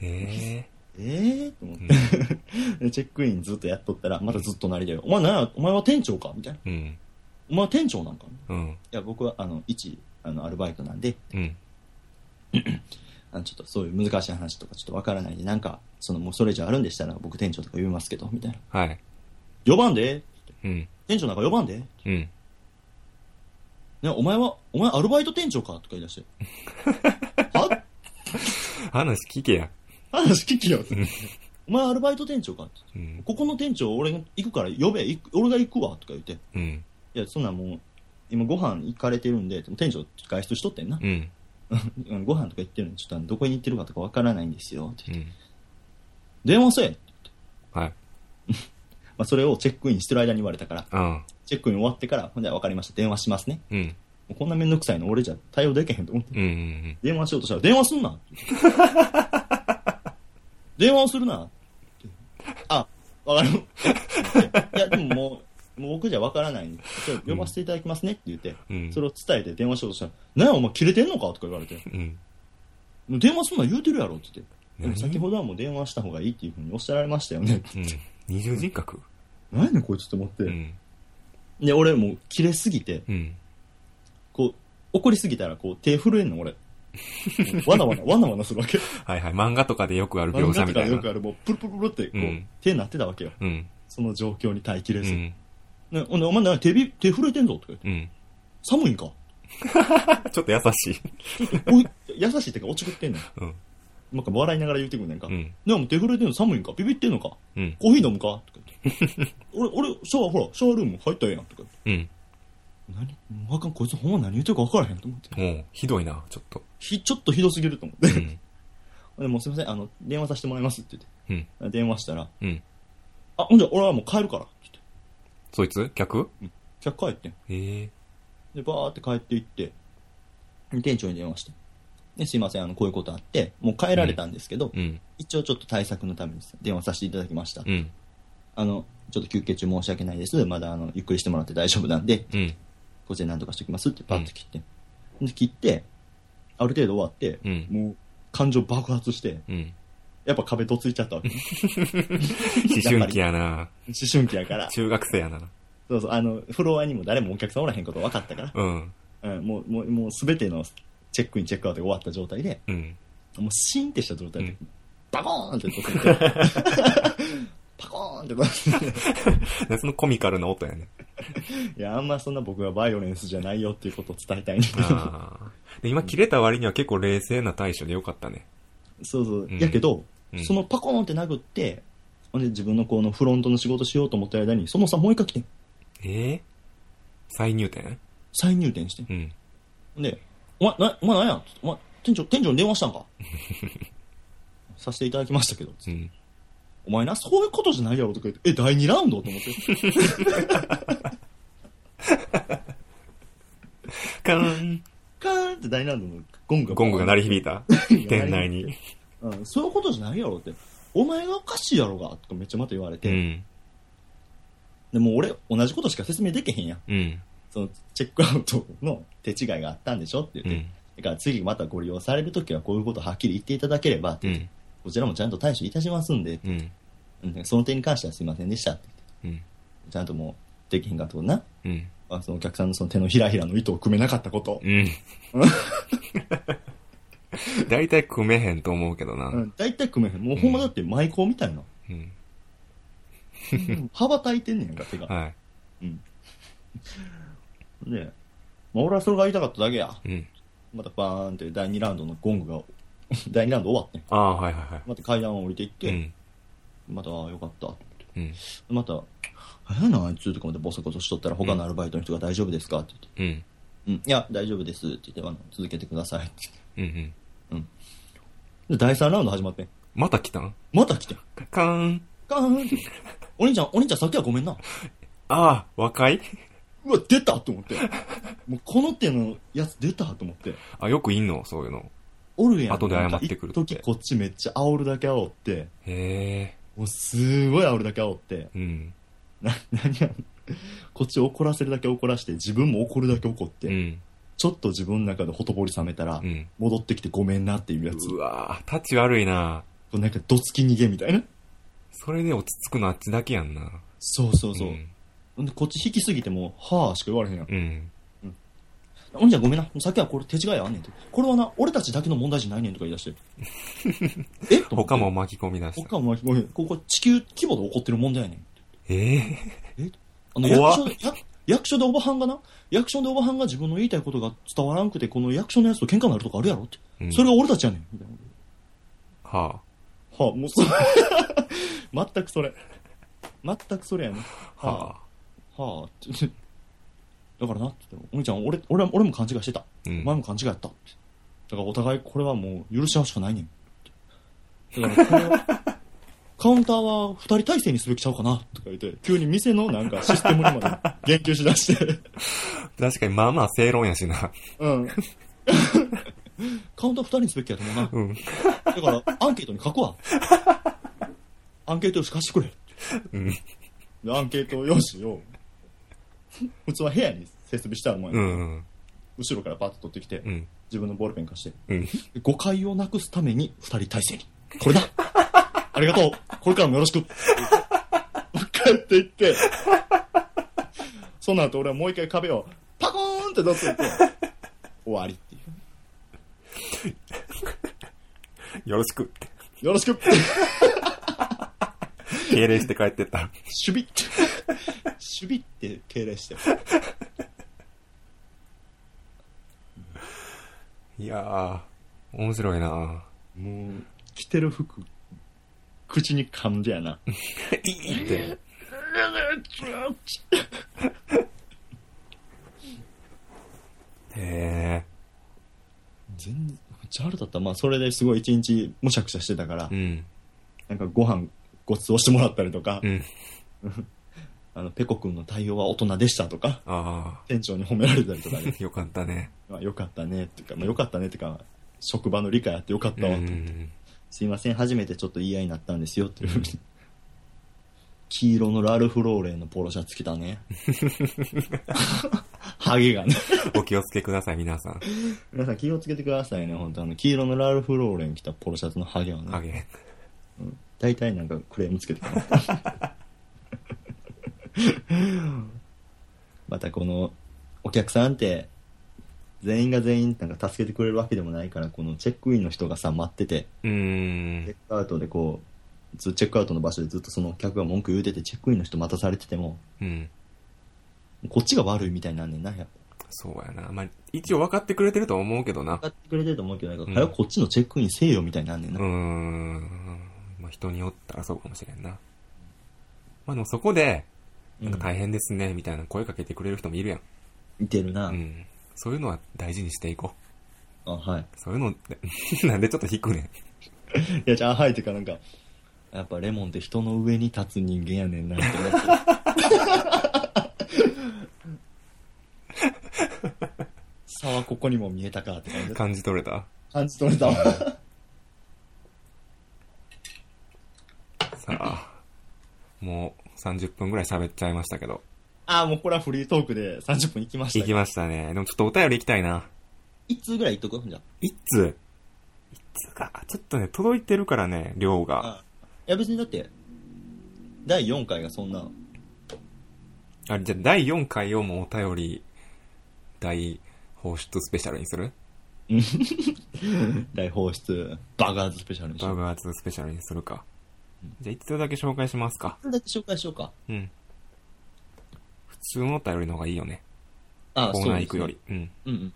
Speaker 1: え
Speaker 2: ええと思っ
Speaker 1: え
Speaker 2: て、 でチェックインずっとやっとったら、またずっとなりで、お前なんや、お前は店長かみたいな。
Speaker 1: うん。
Speaker 2: お前は店長なんかい
Speaker 1: うん。うん。
Speaker 2: や、僕は、あの、一、あの、アルバイトなんで、
Speaker 1: うん。
Speaker 2: あの、ちょっとそういう難しい話とかちょっとわからないんで、なんか、その、もうそれ以上あるんでしたら、僕店長とか言いますけど、みたいな。
Speaker 1: はい。
Speaker 2: 呼ばんで
Speaker 1: うん。
Speaker 2: 店長なんか呼ばんでね、
Speaker 1: うん。
Speaker 2: お前は、お前アルバイト店長かとか言い出して。は
Speaker 1: 話聞けや。
Speaker 2: 話聞きよ。お前アルバイト店長かって
Speaker 1: うん。
Speaker 2: ここの店長俺が行くから呼べ、行く俺が行くわとか言って。
Speaker 1: うん。
Speaker 2: いや、そんなんもう、今ご飯行かれてるんで、店長外出しとってんな。
Speaker 1: うん。
Speaker 2: うんご飯とか行ってるんで、ちょっとあのどこに行ってるかとかわからないんですよ。って
Speaker 1: うん。
Speaker 2: 電話せえ
Speaker 1: はい。
Speaker 2: まあ、それをチェックインしてる間に言われたから、
Speaker 1: うん。
Speaker 2: チェックイン終わってから、ほんでわかりました、電話しますね。
Speaker 1: うん。
Speaker 2: もうこんなめんどくさいの俺じゃ対応できへんと思って。
Speaker 1: うん。うん。
Speaker 2: 電話しようとしたら、電話 すんな電話をするなあ、わかる。いや、でももう、もう僕じゃわからないんで、ちょっと呼ばせていただきますねって言って、
Speaker 1: うん。
Speaker 2: それを伝えて電話しようとしたら、なんやお前切れてんのかとか言われて、
Speaker 1: うん。
Speaker 2: 電話すんな言うてるやろって言って、でも先ほどはもう電話した方がいいっていうふうにおっしゃられましたよね。
Speaker 1: うん。二重人格
Speaker 2: 何やねんこいつと思って。
Speaker 1: うん。
Speaker 2: で、俺もう切れすぎて、
Speaker 1: うん。
Speaker 2: こう、怒りすぎたらこう手震えん の俺。わなわな、わなわなするわけ。
Speaker 1: はいはい。漫画とかでよくある描
Speaker 2: 漫
Speaker 1: 写
Speaker 2: 画
Speaker 1: み
Speaker 2: と
Speaker 1: た
Speaker 2: か
Speaker 1: い
Speaker 2: よく
Speaker 1: な。
Speaker 2: ある、もうプルプルプルってこう、
Speaker 1: うん
Speaker 2: 手になってたわけよ。
Speaker 1: うん。
Speaker 2: その状況に耐えきれ
Speaker 1: う
Speaker 2: ず。
Speaker 1: ん。
Speaker 2: ねほんで、お前な手び、手震えてんぞとか言って。
Speaker 1: うん。
Speaker 2: 寒いんか
Speaker 1: ちょっと優しい。
Speaker 2: おい優しいってか、落ちくってんねん。
Speaker 1: うん
Speaker 2: なんか笑いながら言ってくんねんか。
Speaker 1: う
Speaker 2: ね
Speaker 1: ん。
Speaker 2: お前手震えてんの寒いんかビビってんのか
Speaker 1: うん。
Speaker 2: コーヒー飲むかとか 言って。俺、俺、シャワー、ほら、シャワールーム入ったやん。とか
Speaker 1: うん。
Speaker 2: 言って。何もうあかん、こいつほんま何言ってるか分からへんと思って。
Speaker 1: もう、ひどいな、ちょっと。
Speaker 2: ひ、ちょっとひどすぎると思っ
Speaker 1: う
Speaker 2: て。
Speaker 1: ん。
Speaker 2: でもうすいません、あの、電話させてもらいますって言って。電話したら、
Speaker 1: うん。
Speaker 2: あ、ほんじゃ俺はもう帰るから。って言って。
Speaker 1: そいつ客
Speaker 2: 客帰ってん。
Speaker 1: ええ。
Speaker 2: で、バーって帰って行って、店長に電話して。ですいません、あの、こういうことあって、もう帰られたんですけど、
Speaker 1: うん。
Speaker 2: 一応ちょっと対策のために電話させていただきました。
Speaker 1: うん。
Speaker 2: あの、ちょっと休憩中申し訳ないです。まだ、あの、ゆっくりしてもらって大丈夫なんで、
Speaker 1: うん。
Speaker 2: こっちで何とかしておきますってパッと切って。で、切って、ある程度終わって、
Speaker 1: うん
Speaker 2: もう、感情爆発して、
Speaker 1: うん。
Speaker 2: やっぱ壁とついちゃったわけ。思
Speaker 1: 思春期やな。
Speaker 2: 春期やから。
Speaker 1: 中学生やな。
Speaker 2: そうそう、あの、フロアにも誰もお客さんおらへんこと分かったから、
Speaker 1: うん。
Speaker 2: うん、もう、もう、もうすべてのチェックイン、チェックアウトが終わった状態で、
Speaker 1: うん。
Speaker 2: もうシーンってした状態で、
Speaker 1: うん
Speaker 2: バコーンってこうやって パコーンってこうやって
Speaker 1: でそのコミカルな音やね。
Speaker 2: いや、あんまそんな僕はバイオレンスじゃないよっていうことを伝えたいんだけど。
Speaker 1: ああ。で、今切れた割には結構冷静な対処でよかったね。
Speaker 2: そうそう。
Speaker 1: うん
Speaker 2: やけど、
Speaker 1: うん
Speaker 2: そのパコーンって殴って、ほんで自分のこのフロントの仕事しようと思った間に、そのさ、もう一回来てん。
Speaker 1: ええ再入店
Speaker 2: 再入店してん。
Speaker 1: うん。
Speaker 2: ほんで、お前、なお前なんやお前、店長、店長に電話したんかさせていただきましたけど、
Speaker 1: うん。
Speaker 2: お前な、そういうことじゃないやろとか言って、え、第2ラウンドと思って。
Speaker 1: カーン
Speaker 2: カーンって第2ラウンドのゴングが。
Speaker 1: ゴングが鳴り響いた店内に。
Speaker 2: うん、そういうことじゃないやろって。お前がおかしいやろが、とかめっちゃまた言われ
Speaker 1: う
Speaker 2: て。
Speaker 1: ん。
Speaker 2: でも俺、同じことしか説明できへんやん。
Speaker 1: うん。
Speaker 2: その、チェックアウトの手違いがあったんでしょって言っ
Speaker 1: う
Speaker 2: て。
Speaker 1: ん。
Speaker 2: だから次またご利用されるときはこういうことをはっきり言っていただければ、
Speaker 1: うん。
Speaker 2: こちらもちゃんと対処いたしますんで、
Speaker 1: うん。
Speaker 2: うんその点に関してはすいませんでしたって
Speaker 1: うん。
Speaker 2: ちゃんともうできへんかったことな。
Speaker 1: うん。
Speaker 2: あそのお客さんのその手のひらひらの糸を組めなかったこと。
Speaker 1: うん。大体組めへんと思うけどな。
Speaker 2: う、
Speaker 1: うん
Speaker 2: 大体組めへん。もうほんまだって舞妓みたいな。
Speaker 1: ん。
Speaker 2: 羽ばたいてんねんか、手が。
Speaker 1: は
Speaker 2: で、まあ、俺はそれが言いたかっただけや。
Speaker 1: い。うん。
Speaker 2: またバーンって第2ラウンドのゴングが、第2ラウンド終わってん。
Speaker 1: ああ、はいはいは
Speaker 2: また階段を降りていっ
Speaker 1: い。う
Speaker 2: て、
Speaker 1: ん。
Speaker 2: また、ああ、よかったっ
Speaker 1: う
Speaker 2: て。
Speaker 1: ん。
Speaker 2: また、早いな、あいつとかまでボソボソしとったら他のアルバイトの人が大丈夫ですかって言って。
Speaker 1: うん。
Speaker 2: うん、いや、大丈夫ですって言って、あの、続けてくださいって
Speaker 1: うん。うん。
Speaker 2: 言って。で、第3ラウンド始まってん。
Speaker 1: また来たん
Speaker 2: また来てん。
Speaker 1: カーン
Speaker 2: ガーンって。お兄ちゃん、お兄ちゃん、さっきはごめんな。
Speaker 1: ああ、若いう
Speaker 2: わ、出たと思って。もう、この手のやつ出たと思って。
Speaker 1: あ、よくいんのそういうの。
Speaker 2: おるやん。
Speaker 1: 後で謝ってくるって
Speaker 2: なんか一時こっちめっちゃ煽るだけ煽って、
Speaker 1: へ
Speaker 2: もう、すごい煽るだけ煽って、
Speaker 1: え。うん。
Speaker 2: な、 何やこっち怒らせるだけ怒らして、自分も怒るだけ怒って、
Speaker 1: うん。
Speaker 2: ちょっと自分の中でほとぼり冷めたら、
Speaker 1: うん。
Speaker 2: 戻ってきてごめんなっていうやつ。
Speaker 1: うわぁ、タチ悪いな
Speaker 2: こうなんか、どつき逃げみたいな。
Speaker 1: それで落ち着くのあっちだけやんな
Speaker 2: そうそうそう。
Speaker 1: ん。
Speaker 2: ほんで、こっち引きすぎても、はぁしか言われへんやん。
Speaker 1: うん。
Speaker 2: お兄ちゃんごめんな。さっきはこれ手違いあんねんと。これはな、俺たちだけの問題じゃないねんとか言い出 して。えと思っ
Speaker 1: 他
Speaker 2: て
Speaker 1: も。巻き込み出した。
Speaker 2: 他も巻き込め。ここ地球規模で起こってる問題やねん。
Speaker 1: ええ
Speaker 2: あの
Speaker 1: 怖
Speaker 2: 役
Speaker 1: っ
Speaker 2: 所で、や役所でおばはんがな、役所でおばはんが自分の言いたいことが伝わらんくて、この役所のやつと喧嘩になるとかあるやろって。
Speaker 1: うん
Speaker 2: それが俺たちやねん。みたいな。
Speaker 1: は
Speaker 2: はあ、もうそれ。 全くそれ。全くそれやねん。
Speaker 1: あ、はあ。
Speaker 2: はあ、 ってだからなって言ってお兄ちゃん、俺、俺は、俺も勘違いしてた。
Speaker 1: うん
Speaker 2: お前も勘違いやった。ってだからお互いこれはもう許し合うしかないねん。だからこれは、カウンターは二人体制にすべきちゃうかなとか言って、急に店のなんかシステムにまで言及しだして、
Speaker 1: 確かにまあまあ正論やしな。
Speaker 2: うん。カウンター二人にすべきやと思うな。
Speaker 1: うん。
Speaker 2: だから、アンケートに書くわ。アンケート用紙貸してくれ。
Speaker 1: うん。
Speaker 2: で、アンケート用紙を、普通は部屋に設備してあるもんや、
Speaker 1: うん。
Speaker 2: 後ろからパッと取ってきて
Speaker 1: う、ん。
Speaker 2: 自分のボールペン貸して、
Speaker 1: うん。
Speaker 2: 誤解をなくすために二人体制に。これだありがとうこれからもよろしく帰っていって、その後俺はもう一回壁をパコーンって乗っついて、終わりっていう。
Speaker 1: よろしくって
Speaker 2: よろしく
Speaker 1: 敬礼して帰ってったら。
Speaker 2: 守備って、守備って敬礼して。
Speaker 1: いやー、面白いな
Speaker 2: もう、着てる服、口に噛んでやな。
Speaker 1: いいって。へ
Speaker 2: 全然、めっちゃ腹立った。まあ、それですごい一日むしゃくしゃしてたから
Speaker 1: ー。う、ん。
Speaker 2: なんかご飯ごちそうしてもらったりとか、
Speaker 1: うん。
Speaker 2: あの、ペコくんの対応は大人でしたとか、
Speaker 1: あ
Speaker 2: 店長に褒められたりとかね、
Speaker 1: ー、よかったね。
Speaker 2: まあ、よかったねっていうか、まあ、よかったねっていうか、職場の理解あってよかっ
Speaker 1: う
Speaker 2: たわ、
Speaker 1: ん。
Speaker 2: すいません、初めてちょっと言い合いになったんですよっていうふうに。黄色のラルフローレンのポロシャツ着たね。ハゲがね。
Speaker 1: お気をつけください、皆さん。
Speaker 2: 皆さん気をつけてくださいね、本当あの、黄色のラルフローレン着たポロシャツのハゲはね。
Speaker 1: あげ。
Speaker 2: 大体なんかクレームつけてく るまたこのお客さんって全員が全員なんか助けてくれるわけでもないからこのチェックインの人がさ待ってて
Speaker 1: うー
Speaker 2: チ
Speaker 1: ん
Speaker 2: ェッ。クアウトでこうずチェックアウトの場所でずっとその客が文句言うててチェックインの人待たされてても
Speaker 1: うん。
Speaker 2: こっちが悪いみたいになんねんなやっ
Speaker 1: そうやな。まあ、一応分かってくれてると思うけどな
Speaker 2: ぱ。分かってくれてると思うけどなんか、
Speaker 1: うん
Speaker 2: 早くこっちのチェックインせえよみたいになんねん
Speaker 1: う
Speaker 2: な、
Speaker 1: ーん。まあ、人によったらそうかもしれんな。まあ、でもそこで、なんか大変ですね、みたいな声かけてくれる人もいるやん。
Speaker 2: 見てるな、
Speaker 1: うん。そういうのは大事にしていこう。
Speaker 2: あはい
Speaker 1: そういうの、 なんでちょっと引くねん。
Speaker 2: いや、じゃあ、はいっていうかなんか、やっぱレモンって人の上に立つ人間やねんなって 思って。差はここにも見えたかって感じ
Speaker 1: 感じ取れた
Speaker 2: 感じ取れたわ。
Speaker 1: さあ、もう30分ぐらい喋っちゃいましたけど。
Speaker 2: ああ、もうこれはフリートークで30分いきました
Speaker 1: 行
Speaker 2: け
Speaker 1: き
Speaker 2: ど。
Speaker 1: ましたね。でもちょっとお便り行きたいな。
Speaker 2: 一通ぐらいいっとくじゃ
Speaker 1: 一通。一通か。ちょっとね、届いてるからね、量
Speaker 2: あ。
Speaker 1: が。
Speaker 2: いや、別にだって、第4回がそんな、
Speaker 1: あじゃあ第4回をもうお便り、大放出スペシャルにする
Speaker 2: 大放出、バガーズスペシャルにしよ
Speaker 1: バ
Speaker 2: う。
Speaker 1: グアーツスペシャルにするか。じゃあ一通だけ紹介しますか。
Speaker 2: それだけ紹介しようか。
Speaker 1: うん。普通のお便りの方がいいよね。
Speaker 2: ああ、
Speaker 1: コ
Speaker 2: そう
Speaker 1: ーナー
Speaker 2: で
Speaker 1: 行
Speaker 2: す
Speaker 1: く
Speaker 2: ね
Speaker 1: より。うん。
Speaker 2: うんうん。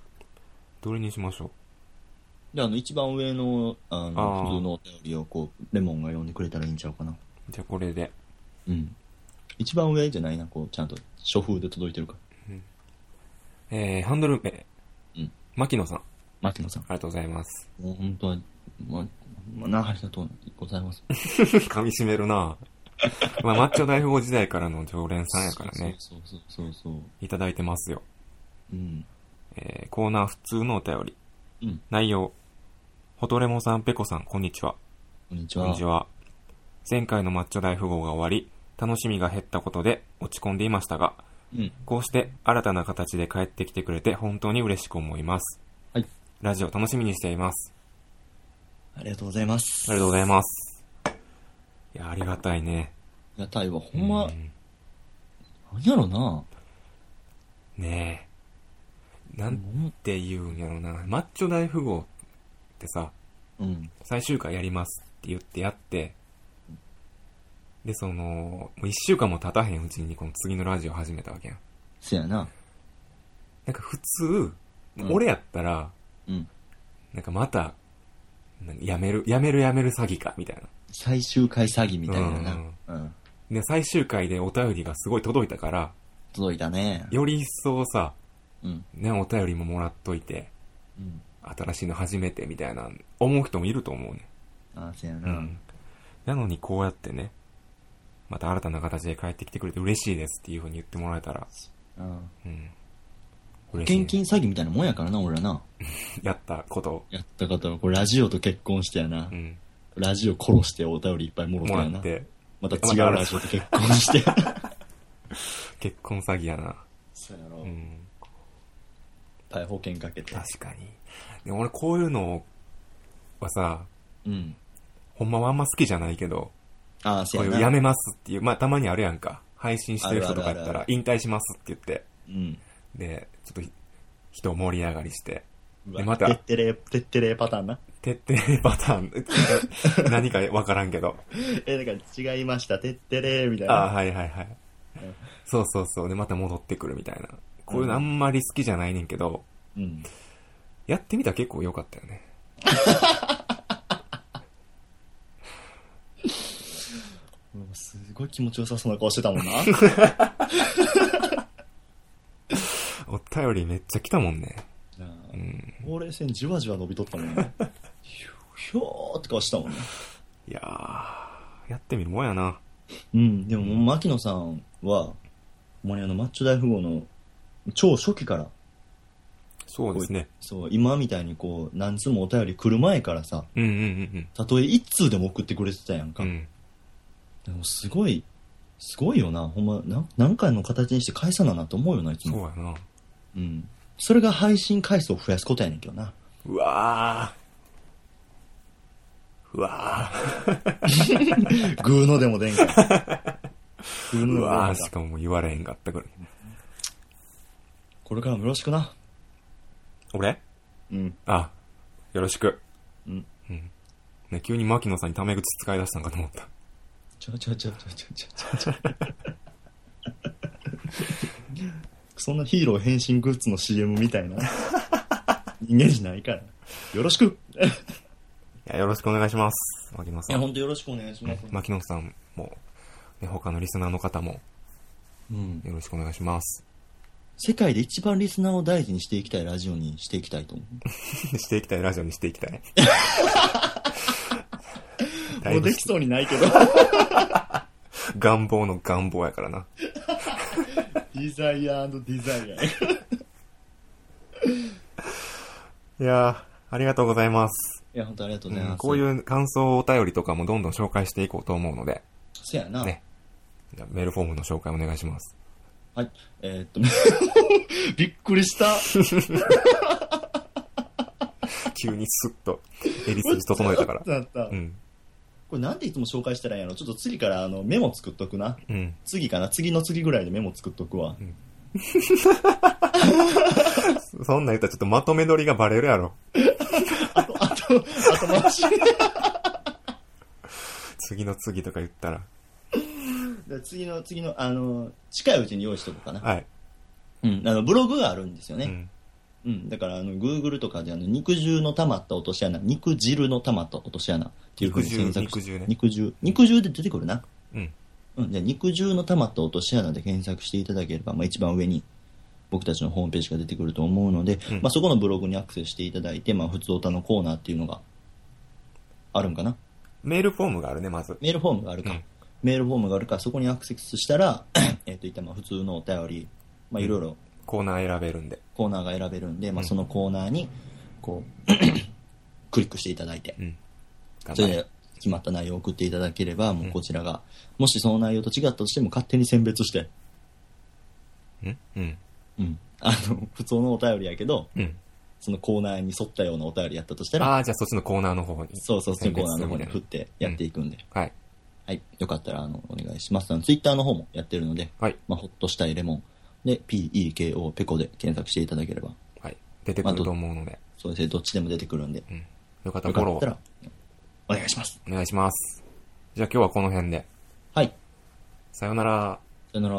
Speaker 1: どれにしましょ
Speaker 2: で、あの、一番上の、あ
Speaker 1: あー
Speaker 2: の、普通のお便りを、こう、レモンが読んでくれたらいいんちゃうかな。
Speaker 1: うじゃあこれで。
Speaker 2: うん。一番上じゃないな、こう、ちゃんと、書風で届いてるから。
Speaker 1: えー、ハンドル名。
Speaker 2: うん。
Speaker 1: 牧野さん。あ
Speaker 2: 牧野さん。
Speaker 1: りがとうございます。
Speaker 2: もう本当は、まあ、まあ、なありがとうございます。
Speaker 1: 噛み締めるなぁまあ、マッチョ大富豪時代からの常連さんやからね、
Speaker 2: そうそうそうそうそう。
Speaker 1: いただいてますよ。
Speaker 2: うん。
Speaker 1: えー、コーナー普通のお便り。
Speaker 2: うん。
Speaker 1: 内容。ホトレモさん、ペコさん、こんにちは。
Speaker 2: こんにち
Speaker 1: こ
Speaker 2: は。
Speaker 1: んにちは。前回のマッチョ大富豪が終わり、楽しみが減ったことで落ち込んでいましたが、
Speaker 2: うん。
Speaker 1: こうして新たな形で帰ってきてくれて本当に嬉しく思います。
Speaker 2: はい。
Speaker 1: ラジオ楽しみにしています。
Speaker 2: ありがとうございます。
Speaker 1: ありがとうございます。いや、ありがたいね。
Speaker 2: 屋台は、ほんま
Speaker 1: う、ん
Speaker 2: なんやろな。
Speaker 1: ねえ。なん
Speaker 2: うん
Speaker 1: って言うんやろな。マッチョ大富豪ってさ、
Speaker 2: うん。
Speaker 1: 最終回やりますって言ってやって、で、その、もう一週間も経たへんうちにこの次のラジオ始めたわけやん。
Speaker 2: せやな。
Speaker 1: なんか普通、
Speaker 2: うん
Speaker 1: 俺やったら、
Speaker 2: うん。
Speaker 1: なんかまた、何やめる、やめるやめる詐欺か、みたいな。
Speaker 2: 最終回詐欺みたいなな。うん。
Speaker 1: で、最終回でお便りがすごい届いたから、
Speaker 2: 届いたね。
Speaker 1: より一層さ、
Speaker 2: うん。
Speaker 1: ね、お便りももらっといて、
Speaker 2: うん。
Speaker 1: 新しいの始めて、みたいな、思う人もいると思うね。
Speaker 2: ああ、せや
Speaker 1: う
Speaker 2: な。
Speaker 1: ん。なのにこうやってね、また新たな形で帰ってきてくれて嬉しいですっていう風に言ってもらえたら、
Speaker 2: うん。
Speaker 1: うん。嬉しい、
Speaker 2: 現金詐欺みたいなもんやからな、俺らな。
Speaker 1: やったことを、
Speaker 2: やった方は、これラジオと結婚してやな。
Speaker 1: うん。
Speaker 2: ラジオ殺してお便りいっぱいもろた
Speaker 1: もら
Speaker 2: やな
Speaker 1: っ。て、
Speaker 2: また違うラジオと結婚 して。
Speaker 1: 結婚詐欺やな。
Speaker 2: そうや
Speaker 1: う
Speaker 2: ろ。
Speaker 1: ん。
Speaker 2: 逮捕権かけて。
Speaker 1: 確かに。で俺こういうのはさ、
Speaker 2: うん。
Speaker 1: ほんまはあんま好きじゃないけど、
Speaker 2: ああ、そ
Speaker 1: こ
Speaker 2: う
Speaker 1: う
Speaker 2: や
Speaker 1: い
Speaker 2: な。
Speaker 1: うやめますっていう、まあたまにあるやんか。配信してる人とかやっ
Speaker 2: あるあ
Speaker 1: た
Speaker 2: るあ
Speaker 1: ら
Speaker 2: る、
Speaker 1: 引退しますって言って、
Speaker 2: うん。
Speaker 1: で、ちょっとひ人盛り上がりして、
Speaker 2: う
Speaker 1: で
Speaker 2: わ
Speaker 1: また
Speaker 2: てってれ、てってれパターンな。
Speaker 1: 徹底パターン、何かわからんけど。
Speaker 2: え、だから違いました、てってれみたい
Speaker 1: ああ、
Speaker 2: な。
Speaker 1: はいはいはい
Speaker 2: うん。
Speaker 1: そうそうそう。で、また戻ってくるみたいな。こういうの
Speaker 2: うん
Speaker 1: あんまり好きじゃないねんけど、
Speaker 2: うん。
Speaker 1: やってみたら結構良かったよね。
Speaker 2: うんすごい気持ちよさそうな顔してたもんな。
Speaker 1: お便りめっちゃ来たもんね。
Speaker 2: なあ
Speaker 1: うん。
Speaker 2: ほうれい線じわじわ伸びとったもんね。ひょひょーって顔してたもんね。
Speaker 1: いやー、やってみるもんやな。
Speaker 2: うん、でも、牧野さんは、ほんまにあの、マッチョ大富豪の、超初期から、
Speaker 1: そうですね。
Speaker 2: そう、今みたいにこう、何通もお便り来る前からさ、
Speaker 1: うんうんうん
Speaker 2: たとえ一通でも送ってくれてたやん
Speaker 1: う
Speaker 2: か。
Speaker 1: ん。うん。
Speaker 2: でも、すごい、すごいよな。ほんま、なん何回の形にして返さななと思うよな、いつ
Speaker 1: そう
Speaker 2: も。
Speaker 1: やな。
Speaker 2: うん。それが配信回数を増やすことやねんけどな。
Speaker 1: うわー。うわ
Speaker 2: グーのでも出んから。グー
Speaker 1: ー。
Speaker 2: ので
Speaker 1: う
Speaker 2: も出ん
Speaker 1: わー。
Speaker 2: か
Speaker 1: し
Speaker 2: ら。
Speaker 1: かももう言われへんかったから。
Speaker 2: これからもよろしくな。
Speaker 1: 俺
Speaker 2: うん。
Speaker 1: あ、よろしく。
Speaker 2: うん。
Speaker 1: うん。ね、急に牧野さんにタメ口使い出したんかと思った。
Speaker 2: ちょちょちょちょちょちょちょちょ。 そんなヒーロー変身グッズの CM みたいな人間じゃないから。よろしく
Speaker 1: いや、よろしくお願いします。牧野
Speaker 2: い
Speaker 1: さ
Speaker 2: や、
Speaker 1: ん。
Speaker 2: ほんとよろしくお願いします。
Speaker 1: 牧野さんも、ね、他のリスナーの方も
Speaker 2: うん。
Speaker 1: よろしくお願いします。
Speaker 2: 世界で一番リスナーを大事にしていきたいラジオにしていきたいと思
Speaker 1: していきたい、ラジオにしていきたい。
Speaker 2: う。
Speaker 1: だ
Speaker 2: も
Speaker 1: いうぶ
Speaker 2: できそうにない けど。
Speaker 1: 願望の願望やからな。
Speaker 2: デザイアデザイア。
Speaker 1: いやー、ありがとうございます。
Speaker 2: いや、ほんとありがとう
Speaker 1: う
Speaker 2: ございま
Speaker 1: ん
Speaker 2: す。
Speaker 1: こういう感想お便りとかもどんどん紹介していこうと思うので、
Speaker 2: せやな。
Speaker 1: ねじゃあメールフォームの紹介お願いし ます。
Speaker 2: はい。えーっと、 びっくり した。
Speaker 1: 急にスッと、えりすじ整えた から。
Speaker 2: なった。
Speaker 1: うん。
Speaker 2: これなんでいつも紹介したらいいんやろちょっと次からあのメモ作っとくな。
Speaker 1: うん。
Speaker 2: 次かな次の次ぐらいでメモ作っとくわ。
Speaker 1: そんなん言ったらちょっとまとめ撮りがバレるやろ。
Speaker 2: あと、あと、あとマジ
Speaker 1: 次の次とか言ったら。
Speaker 2: で。次の、次の、あの、近いうちに用意しとこうかな。
Speaker 1: はい。
Speaker 2: うん。あの、ブログがあるんですよ
Speaker 1: う
Speaker 2: ね。
Speaker 1: ん。
Speaker 2: うん。だから、あの、Google とかで、あの、肉汁の溜まった落とし穴、肉汁の溜まった落とし穴っていうふうに検索
Speaker 1: 肉汁ね
Speaker 2: 肉汁。肉汁で出てくるな。
Speaker 1: うん。
Speaker 2: うん。じゃあ肉汁の溜まった落とし穴で検索していただければ、まあ、一番上に僕たちのホームページが出てくると思うので、
Speaker 1: うん
Speaker 2: まあ、そこのブログにアクセスしていただいて、まあ、普通歌のコーナーっていうのがあるんかな。
Speaker 1: メールフォームがあるね、まず。
Speaker 2: メールフォームがあるか、
Speaker 1: うん
Speaker 2: メールフォームがあるか、そこにアクセスしたら、 えっと、いったまあ普通のお便り、まあ、いろいろ
Speaker 1: コーナー選べるんで。
Speaker 2: コーナーが選べるんで、まあ、
Speaker 1: うん
Speaker 2: そのコーナーに、こう、 クリックしていただいて
Speaker 1: う、ん。頑
Speaker 2: そ
Speaker 1: 張
Speaker 2: れ
Speaker 1: れ。
Speaker 2: で決まった内容を送っていただければ、もうこちらが、もしその内容と違ったとしても勝手に選別して、
Speaker 1: うんうん。
Speaker 2: うん。 あの、普通のお便りやけど、
Speaker 1: うん。
Speaker 2: そのコーナーに沿ったようなお便りやったとしたら、
Speaker 1: ああ、じゃあそっちのコーナーの方に。
Speaker 2: そうそう、そのコーナー
Speaker 1: 選別する
Speaker 2: の方
Speaker 1: みた
Speaker 2: に
Speaker 1: いな
Speaker 2: 振ってやっていくんで、
Speaker 1: はい。
Speaker 2: はい。よかったら、あの、お願いします。あの、ツイッターの方もやってるので、
Speaker 1: はい。
Speaker 2: まあ、ほっとしたいレモンで、PEKO、ペコで検索していただければ、
Speaker 1: はい。出てくると思うので。
Speaker 2: そうですね、どっちでも出てくるんで、
Speaker 1: うん。よかった
Speaker 2: よ
Speaker 1: らフォ
Speaker 2: か
Speaker 1: ロ
Speaker 2: った
Speaker 1: ー
Speaker 2: ら、お願いします。
Speaker 1: お願いします。じゃあ今日はこの辺で。
Speaker 2: はい。
Speaker 1: さようなら。
Speaker 2: さよなら。